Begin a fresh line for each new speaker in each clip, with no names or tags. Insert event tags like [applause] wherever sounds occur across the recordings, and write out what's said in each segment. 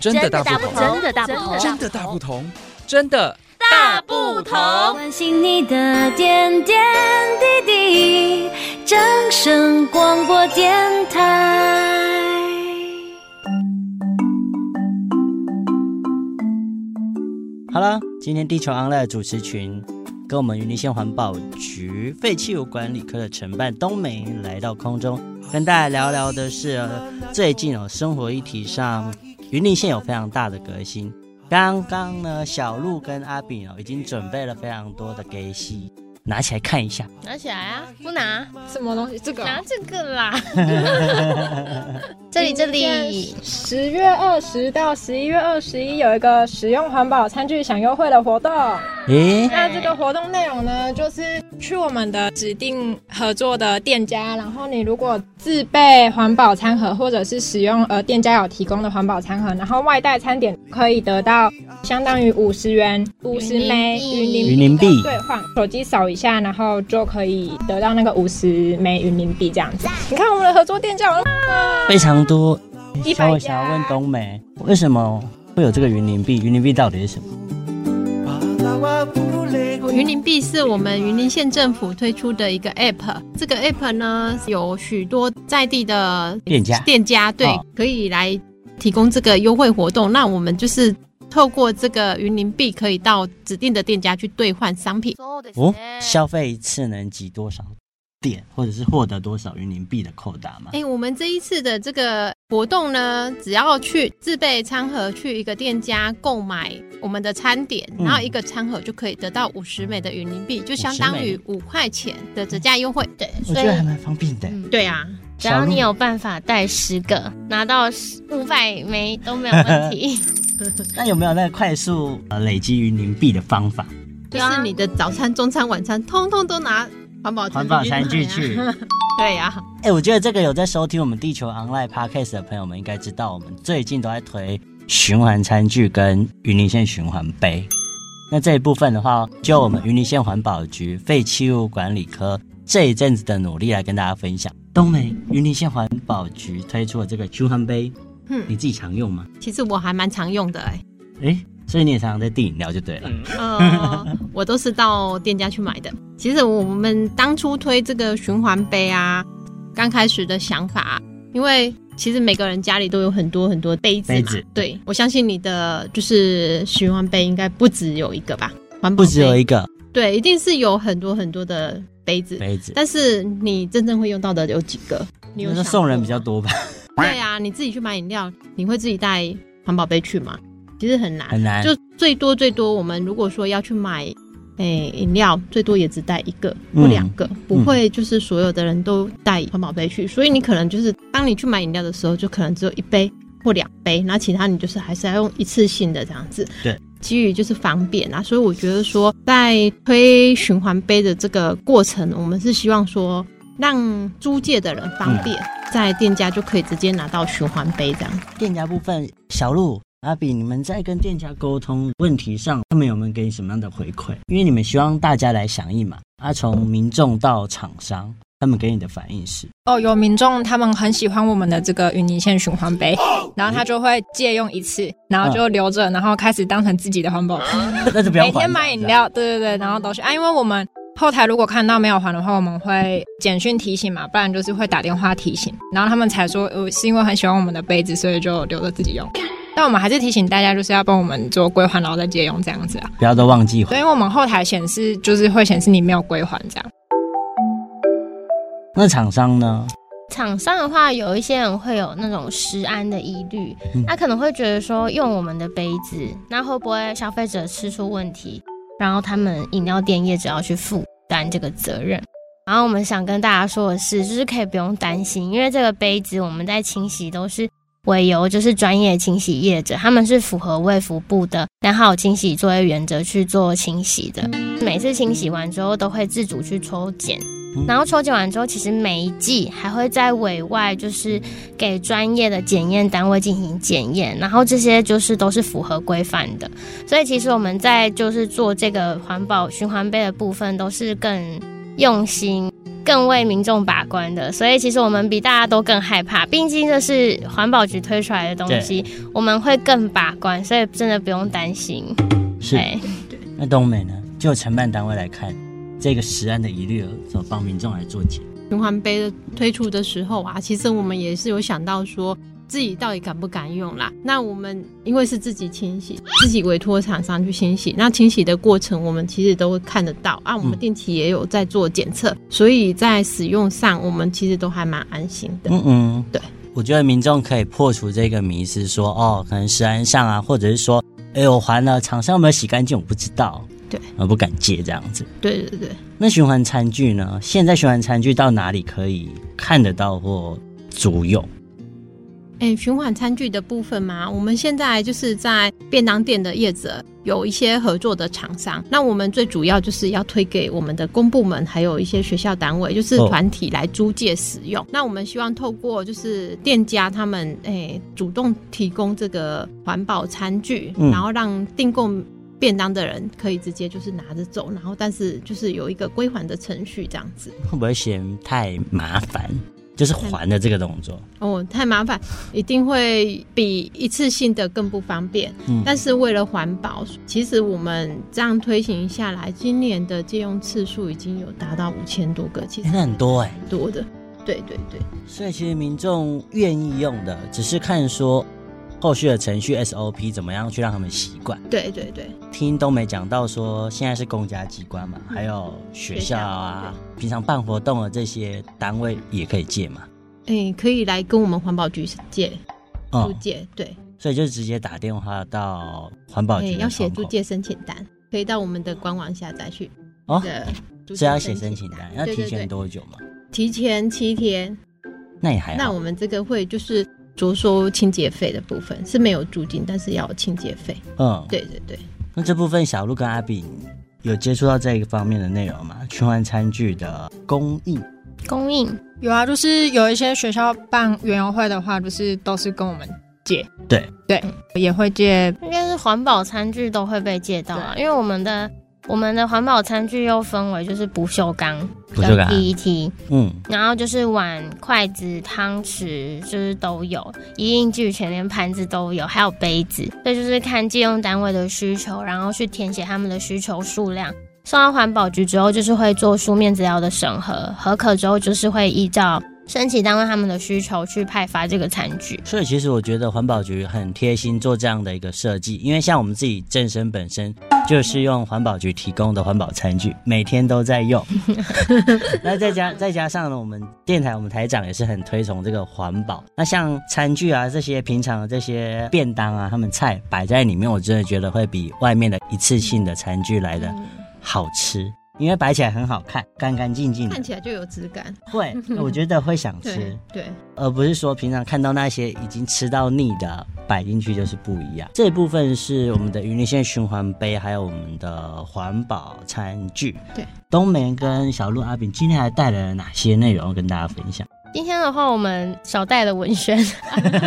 真的大
大
不
不
同，
同，的大不
真的大不同，真的
大不同。
关心你的点点滴滴，掌声广播电台。
好了，今天地球 online 的主持群跟我们云林县环保局废弃物管理科的承办冬梅来到空中，跟大家聊聊的是、呃最近哦生活议题上，云林县有非常大的革新。刚刚呢，小鹿跟阿炳哦已经准备了非常多的给戏，拿起来看一下。
拿起来啊，不拿，
什么东西？这个
拿这个啦。
[laughs]
这里这里，
十月二十到十一月二十一有一个使用环保餐具享优惠的活动。
诶，
那这个活动内容呢，就是去我们的指定合作的店家，然后你如果自备环保餐盒，或者是使用呃店家有提供的环保餐盒，然后外带餐点可以得到相当于五十元、五十枚
云
云
林
林
币
云林币
的兑换，手机扫一下，然后就可以得到那个五十枚云林币这样子。你看我们的合作店家有
非常多。
一百
稍微
家
想要问冬梅，为什么会有这个云林币？云林币到底是什么？
云林币是我们云林县政府推出的一个 App，这个 App 呢有许多在地的
店家
店家对、
哦
可以来提供这个优惠活动。那我们就是透过这个云林币，可以到指定的店家去兑换商品。
哦，
哎
消费一次能集多少点，或者是获得多少云林币的扣打吗？
哎、我们这一次的这个活动呢，只要去自备餐盒去一个店家购买我们的餐点，
嗯
然后一个餐盒就可以得到五十美的云林币，就相当于五块钱的折价优惠。对
我觉得还蛮方便的。
对啊，
只
小
要
鹿
嗯你有办法带十个，拿到五百枚都没有
[laughs]
问题。
那有没有那个快速呃累积云林币的方法？
就
对啊
是你的早餐、中餐、晚餐，通通都拿环保
环保餐
餐
具
具
去
[laughs]
去。。对呀、
哎、我觉得这个有在收听我们地球 online podcast 的朋友们应该知道，我们最近都在推循环餐具跟云林县循环杯。那这一部分的话，就我们云林县环保局废弃物管理科这一阵子的努力来跟大家分享。东梅，云林县环保局推出了这个循环杯，
嗯
你自己常用吗？
其实我还蛮常用的哎、
哎、所以你也常常在订饮料就对
嗯
了。
哦
呃， [laughs] 我都是到店家去买的。其实我们当初推这个循环杯啊，刚开始的想法啊，因为其实每个人家里都有很多很多杯子嘛。
杯子
对，我相信你的就是循环杯应该不只有一个吧？环保
不只有
杯
一个
对，一定是有很多很多的杯子。
杯子，
但是你真正会用到的有几个？你有
那
想
送人比
过
较
吗
多吧，
对啊，你自己去买饮料，你会自己带环保杯去吗？其实很难，
很难。
[laughs] 就最多最多，我们如果说要去买。诶，饮料最多也只带一个
嗯
或两个，不会就是所有的人都带环保杯去，所以你可能就是当你去买饮料的时候，就可能只有一杯或两杯，然后其他你就是还是要用一次性的这样子。
对，
基于就是方便啊，所以我觉得说在推循环杯的这个过程，我们是希望说让租借的人方便，
嗯
在店家就可以直接拿到循环杯这样。
店家部分，小鹿、阿比，你们在跟店家沟通问题上，他们有没有给你什么样的回馈？因为你们希望大家来响应嘛。啊，从民众到厂商，他们给你的反应是，
哦，有民众他们很喜欢我们的这个云林县循环杯，然后他就会借用一次，然后就留着，然后开始当成自己的环保杯。
那就不要
每天
还
买饮，料，对对对，然后都是啊，因为我们后台如果看到没有还的话，我们会简讯提醒嘛，不然就是会打电话提醒，然后他们才说，呃，是因为很喜欢我们的杯子，所以就留着自己用。但我们还是提醒大家，就是要帮我们做归还，然后再借用这样子啊。
不要都忘记
所
还。
以我们后台显示就是会显示你没有归还这样。
那厂商呢？
厂商的话，有一些人会有那种食安的疑虑
嗯，
他可能会觉得说用我们的杯子，那会不会消费者吃出问题，然后他们饮料店业者要去负担这个责任。然后我们想跟大家说的是，就是可以不用担心，因为这个杯子我们在清洗都是委由就是专业清洗业者，他们是符合卫福部的良好清洗作业原则去做清洗的。每次清洗完之后都会自主去抽检。
嗯
然后抽检完之后，其实每一季还会在委外，就是给专业的检验单位进行检验，然后这些就是都是符合规范的。所以其实我们在就是做这个环保循环杯的部分，都是更用心，更为民众把关的，所以其实我们比大家都更害怕，毕竟这是环保局推出来的东西，我们会更把关，所以真的不用担心。
是。
哎
对，
那东美呢？就承办单位来看，这个实案的疑虑，怎么帮民众来做解？
循环杯的推出的时候啊，其实我们也是有想到说自己到底敢不敢用啦。那我们因为是自己清洗，自己委托厂商去清洗，那清洗的过程我们其实都会看得到啊，我们
嗯
定期也有在做检测，所以在使用上我们其实都还蛮安心的。
嗯嗯，
对。
我觉得民众可以破除这个迷思说哦，可能食安上啊，或者是说，哎，我还了，厂商有没有洗干净，我不知道，
对，
我不敢借这样子。
对对对。
那循环餐具呢？现在循环餐具到哪里可以看得到或租用？
哎，循环餐具的部分嘛，我们现在就是在便当店的业者有一些合作的厂商，那我们最主要就是要推给我们的公部门，还有一些学校单位，就是
哦
团体来租借使用。那我们希望透过就是店家他们哎主动提供这个环保餐具，
嗯
然后让订购。便当的人可以直接就是拿着走，然后但是就是有一个归还的程序这样子。
会不会嫌太麻烦？就是还的这个动作，
哦，太麻烦，一定会比一次性的更不方便。
嗯
但是为了环保，其实我们这样推行下来，今年的借用次数已经有达到五千多个，其实
诶那很多哎、
蛮多的。对对对，
所以其实民众愿意用的，只是看说后续的程序 SOP 怎么样去让他们习惯。
对对对，
听东美讲到说，现在是公家机关嘛，还有学校
嗯学
啊
校，
平常办活动的这些单位也可以借嘛。
哎、可以来跟我们环保局借租
哦，
借，对，
所以就直接打电话到环保
哎、
局的窗口、
要写租借申请单，可以到我们的官网下载去
哦，
的租借
所以要写申请单，要
对
提
对对
前，多久嘛？
提前七天。
那也还
那
好
我。们这个会就是着收清洁费的部分是没有租金，但是要有清洁费。
嗯，
对对对，
那这部分小鹿跟阿炳有接触到这一方面的内容吗？循环餐具的供应，
供应
有啊，就是有一些学校办园游会的话，就是都是跟我们借，
对
对，也会借，
应该是环保餐具都会被借到啊，因为我们的我们的环保餐具又分为就是不锈钢、
不锈钢
PET，
嗯，
然后就是碗、筷子、汤匙就是都有，一应俱全，连盘子都有，还有杯子。这就是看借用单位的需求，然后去填写他们的需求数量。送到环保局之后，就是会做书面资料的审核，核可之后就是会依照申请单位他们的需求去派发这个餐具。
所以其实我觉得环保局很贴心做这样的一个设计，因为像我们自己正身本身就是用环保局提供的环保餐具，每天都在
[laughs]
用。那再加再加上呢，我们电台我们台长也是很推崇这个环保。那像餐具啊这些平常的这些便当啊，他们菜摆在里面，我真的觉得会比外面的一次性的餐具来的
嗯
好吃。因为摆起来很好看，干干净净的
看，起来就有质感。 [laughs]
会，我觉得会想吃
对。对，
而不是说平常看到那些已经吃到腻的摆进去就是不一样。这一部分是我们的云林县循环杯，还有我们的环保餐具。
对，
东梅跟小鹿阿炳今天还带来哪些内容跟大家分享？
今天的话，我们少带了文宣， [laughs]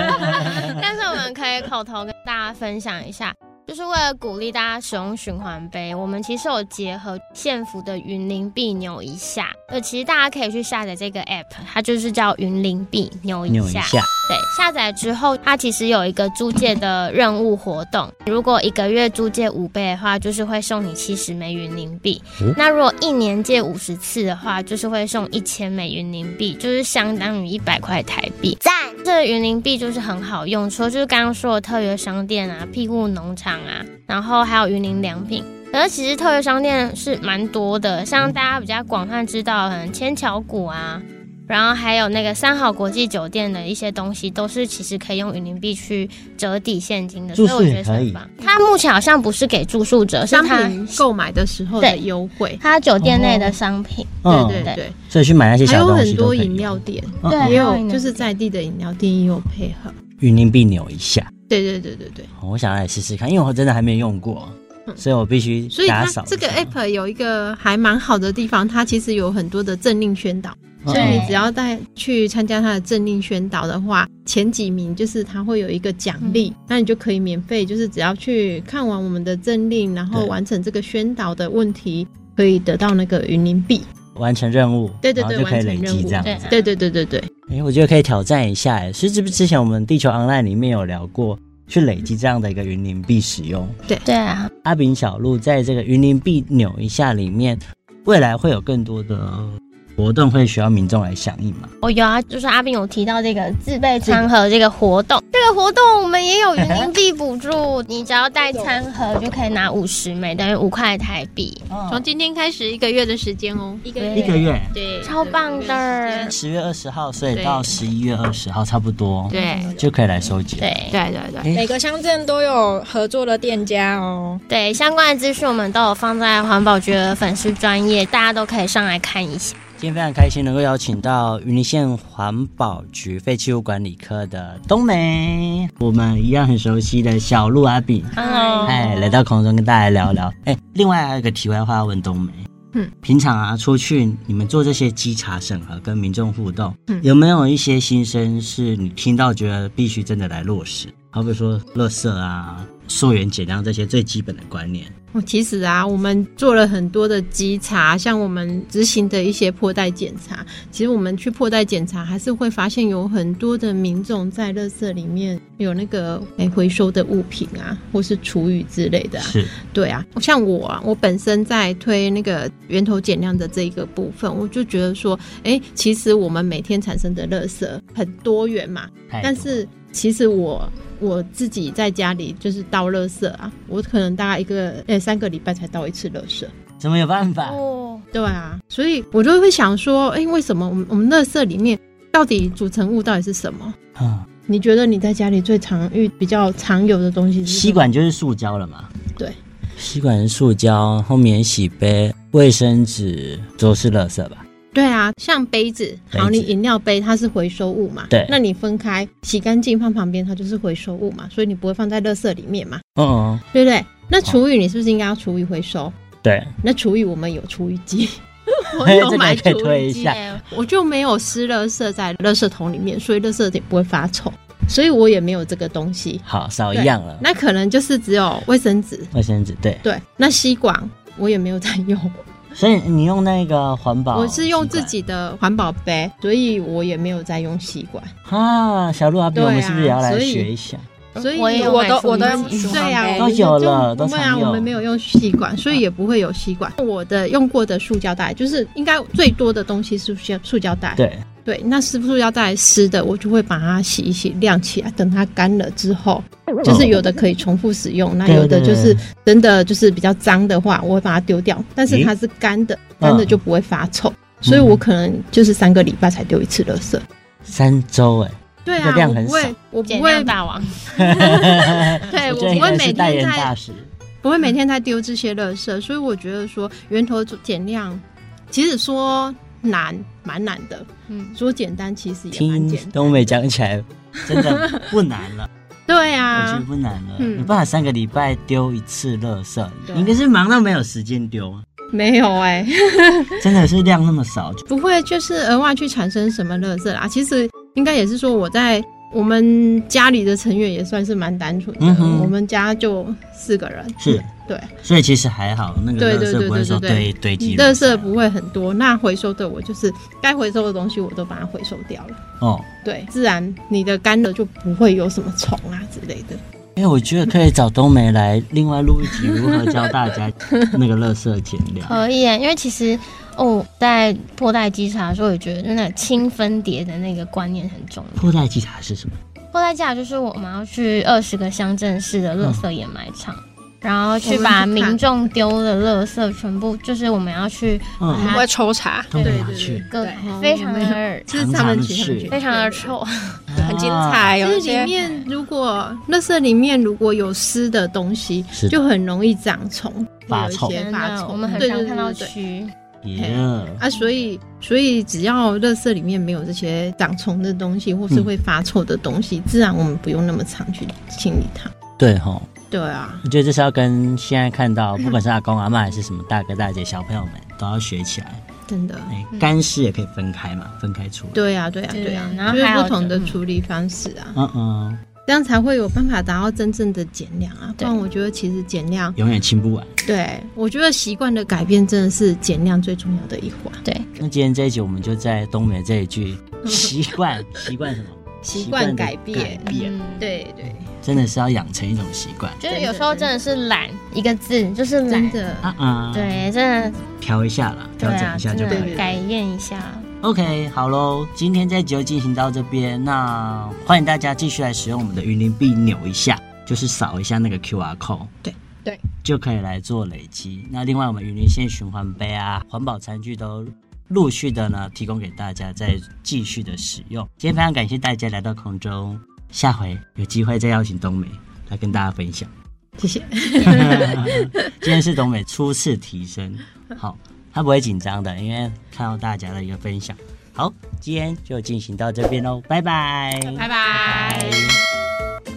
但是我们可以口头跟大家分享一下，就是为了鼓励大家使用循环杯，我们其实有结合县府的云林币扭一下，呃，其实大家可以去下载这个 app，它就是叫云林币扭一
扭一
下。
下，
对，下载之后，它其实有一个租借的任务活动。如果一个月租借五倍的话，就是会送你七十枚云林币。
哦
那如果一年借五十次的话，就是会送一千枚云林币，就是相当于一百块台币。赞！这云林币就是很好用，除了就是刚刚说的特约商店啊、庇护农场啊，然后还有云林良品。可是其实特约商店是蛮多的，像大家比较广泛知道，可能千桥谷啊，然后还有那个三好国际酒店的一些东西，都是其实可以用云林币去折抵现金的，
住
所
宿
以我觉得是
也可以
很棒。它目前好像不是给住宿者，是
商
它
品购买的时候的优惠。
它酒店内的商品。
嗯，
对对
对
对，
所以去买那些
还
小
有
东西
很
都
多
可以用
饮料，店，
嗯
对
嗯
也
还有饮
有
料
就是在地的饮料店也有配合。
云林币扭一下。
对对对对对，
哦嗯我想来试试看，因为我真的还没用过，
嗯
所以我必须
所以
打
它
扫一下。
这个 app 有一个还蛮好的地方，它其实有很多的政令宣导，
嗯
所以你
对
只要带去参加它的政令宣导的话，前几名就是它会有一个奖励，那你就可以免费，就是只要去看完我们的政令，然后
对
完成这个宣导的问题，可以得到那个云林币。
完成任务，
对对对
然后就可以
完成
累积
任务
这样子
对。啊
对对对对对，
哎，我觉得可以挑战一下。哎，是不是之前我们地球 online 里面有聊过，去累积这样的一个云林币使用？
对啊，
阿炳小路在这个云林币扭一下里面，未来会有更多的活动会需要民众来响应嘛？
我有啊，就是阿斌有提到这个自备餐盒这个活动， [laughs] 这个活动我们也有云林币补 [laughs] 助，你只要带餐盒就可以拿五十枚，等于五块台币，
从今天开始一个月的时间哦，一个
哦一个月，
对，
超棒的。
十月二十号，所以
对
到十一月二十号差不多，
对
就可以来收集。，
嗯对
对对对，
每个乡镇都有合作的店家哦。
对，相关的资讯我们都有放在环保局的粉丝专业，大家都可以上来看一下。
今天非常开心能够邀请到云林县环保局废弃物管理科的冬梅，我们一样很熟悉的小鹿阿炳。
Hello，
哎，来到空中跟大家聊 [laughs] 聊。哎，另外还有一个题外话要问冬梅，
嗯，
平常啊出去你们做这些稽查审核跟民众互动，
嗯
有没有一些心声是你听到觉得必须真的来落实？好比说垃圾啊、溯源减量这些最基本的观念。
我其实啊，我们做了很多的稽查，像我们执行的一些破袋检查，其实我们去破袋检查，还是会发现有很多的民众在垃圾里面有那个诶回收的物品啊，或是厨余之类的、啊。
是，
对啊，像我啊，我本身在推那个源头减量的这一个部分，我就觉得说，诶，其实我们每天产生的垃圾很多元嘛，
太多
但是其实我我自己在家里就是倒垃圾啊，我可能大概一个呃、三个礼拜才倒一次垃圾。
怎么有办法？
哦，
对啊，所以我就会想说，哎、为什么我们我们垃圾里面到底组成物到底是什么？
嗯，
你觉得你在家里最常遇、比较常有的东西是什
吸
么？
管就是塑胶了嘛？
对，
吸管是塑胶，后面洗杯、卫生纸都是垃圾吧？
对啊，像杯子，
杯
好，你
子
饮料杯它是回收物嘛？
对
那你分开洗干净放旁边，它就是回收物嘛，所以你不会放在垃圾里面嘛，
嗯嗯，
对不对？那
哦
厨余你是不是应该要厨余回收？
对，
那厨余我们有厨余 [laughs] 机，哎
[laughs]
我
这
有
个
买
可以
厨
推
余
一
机
下，
哎
我就没有湿垃圾在垃圾桶里面，所以垃圾也不会发臭，所以我也没有这个东西。
好，少
对
一样了。
那可能就是只有卫生纸，
卫生纸对，
对，那吸管我也没有在用，
所以你用那个环保，
我是用自己的环保杯，所以我也没有在用吸管。
啊。小鹿阿比，
对啊
我们是不是也要来
所以
学一下？
所以
我也有
我都
买
我都
手机
用
对呀、
哎
我们
都有了
就
都
不会
常
啊，
用
我们没有用嗯吸管，所以也不会有吸管。我的用过的塑胶袋，就是应该最多的东西是塑胶塑胶袋。
对，
对，那是不是要再湿的，我就会把它洗一洗，晾起来，等它干了之后，
哦
就是有的可以重复使用，那
对
有的
对
就是真的就是比较脏的话，我会把它丢掉。但是
咦
它是干的，干的
嗯
就不会发臭，所以我可能就是三个礼拜才丢一次垃圾。
三周哎，
对
这
啊
个，量
我
很
不会
少，
我
减
不会
量，大王，
觉得
对哎我
应
不会
该
每
是代
天
言
在
大使。
不会每天在丢这些垃圾，所以我觉得说源头减量，其实说难蛮难的，
嗯，
说简单其实也蛮
听
简单。
东北讲起
[laughs]
来，真的不难了，
对
我觉得
[laughs] 啊，
不难了。
嗯
你爸三个礼拜丢一次垃圾，
对
你应该是忙到没有时间丢，啊
没有哎、
真的是量那么少，
[laughs] 不会就是额外去产生什么垃圾啦。其实应该也是说我在我们家里的成员也算是蛮单纯的，
嗯哼
我们家就四个人，
是，
嗯对，
所以其实还好，那
对
个垃
对
圾
对
不会说
对对
堆堆积
垃
入
圾
山，
不会很多。那回收的我就是该回收的东西我都把它回收掉了，
哦。
对，自然你的干了就不会有什么虫啊之类的。
因哎为我觉得可以找冬梅来另外录一集，如何教大家那个垃圾减
[laughs]
量。
可以耶，因为其实哦，在破袋稽查的时候，也觉得真的清分叠的那个观念很重要。
破袋稽查是什么？
破袋稽查就是我们要去二十个乡镇市的垃圾掩埋场。然后去把
我们去看
民众丢的垃圾全部，就是我们要去把
嗯，
啊
我
它
会抽查，
冬梅拿
对对
去，
各
对
非常的
是
常常
他们取，他们
是
取
非常的臭，
啊
很精彩，有
就是
一
里
些
面如果垃圾里面如果有湿的东西
是的，
就很容易长虫，
发
会有一
臭
些
真
发
的，
臭。
我们很
对
常看到。
对对对对
蛆。
耶！
啊，所以所以只要垃圾里面没有这些长虫的东西，或是
嗯
会发臭的东西，自然我们不用那么常去清理它。
对哈，
对啊，
我觉得这是要跟现在看到，不管是阿公阿妈还是什么大哥大姐、小朋友们，都要学起来。
真的，
哎，干湿也可以分开嘛，分开处理。
嗯对啊，对啊，
对
对啊，
然后
就是
还有
不同的
嗯
处理方式啊。
嗯嗯，
这样才会有办法达到真正的减量啊。不
对
然我觉得其实减量，
永远清不完。
对我觉得习惯的改变真的是减量最重要的一环。
对，
那今天这一集我们就在东美这一句习
[laughs]
惯，习惯什么？
嗯习
习
惯
惯的
改变
改变
嗯
对对，
真的是要养成一种习惯。
就是有时候真的是懒，一个字就是
真
懒。
的
啊啊，，
对，真的，
调一下啦，
对
调整
啊，
一下
真
就可以了。
的改变一下。
OK，好喽，今天这集就进行到这边，那欢迎大家继续来使用我们的云林币扭一下，就是扫一下那个 QR code，
对
对，
就可以来做累积。那另外我们云林县循环杯啊、环保餐具都陆续的呢提供给大家，再继续的使用。今天非常感谢大家来到空中，下回有机会再邀请冬美来跟大家分享。
谢谢。
今天是董美初次提升，好，他不会紧张的，因为看到大家的一个分享。好，今天就进行到这边喽，拜拜，拜拜。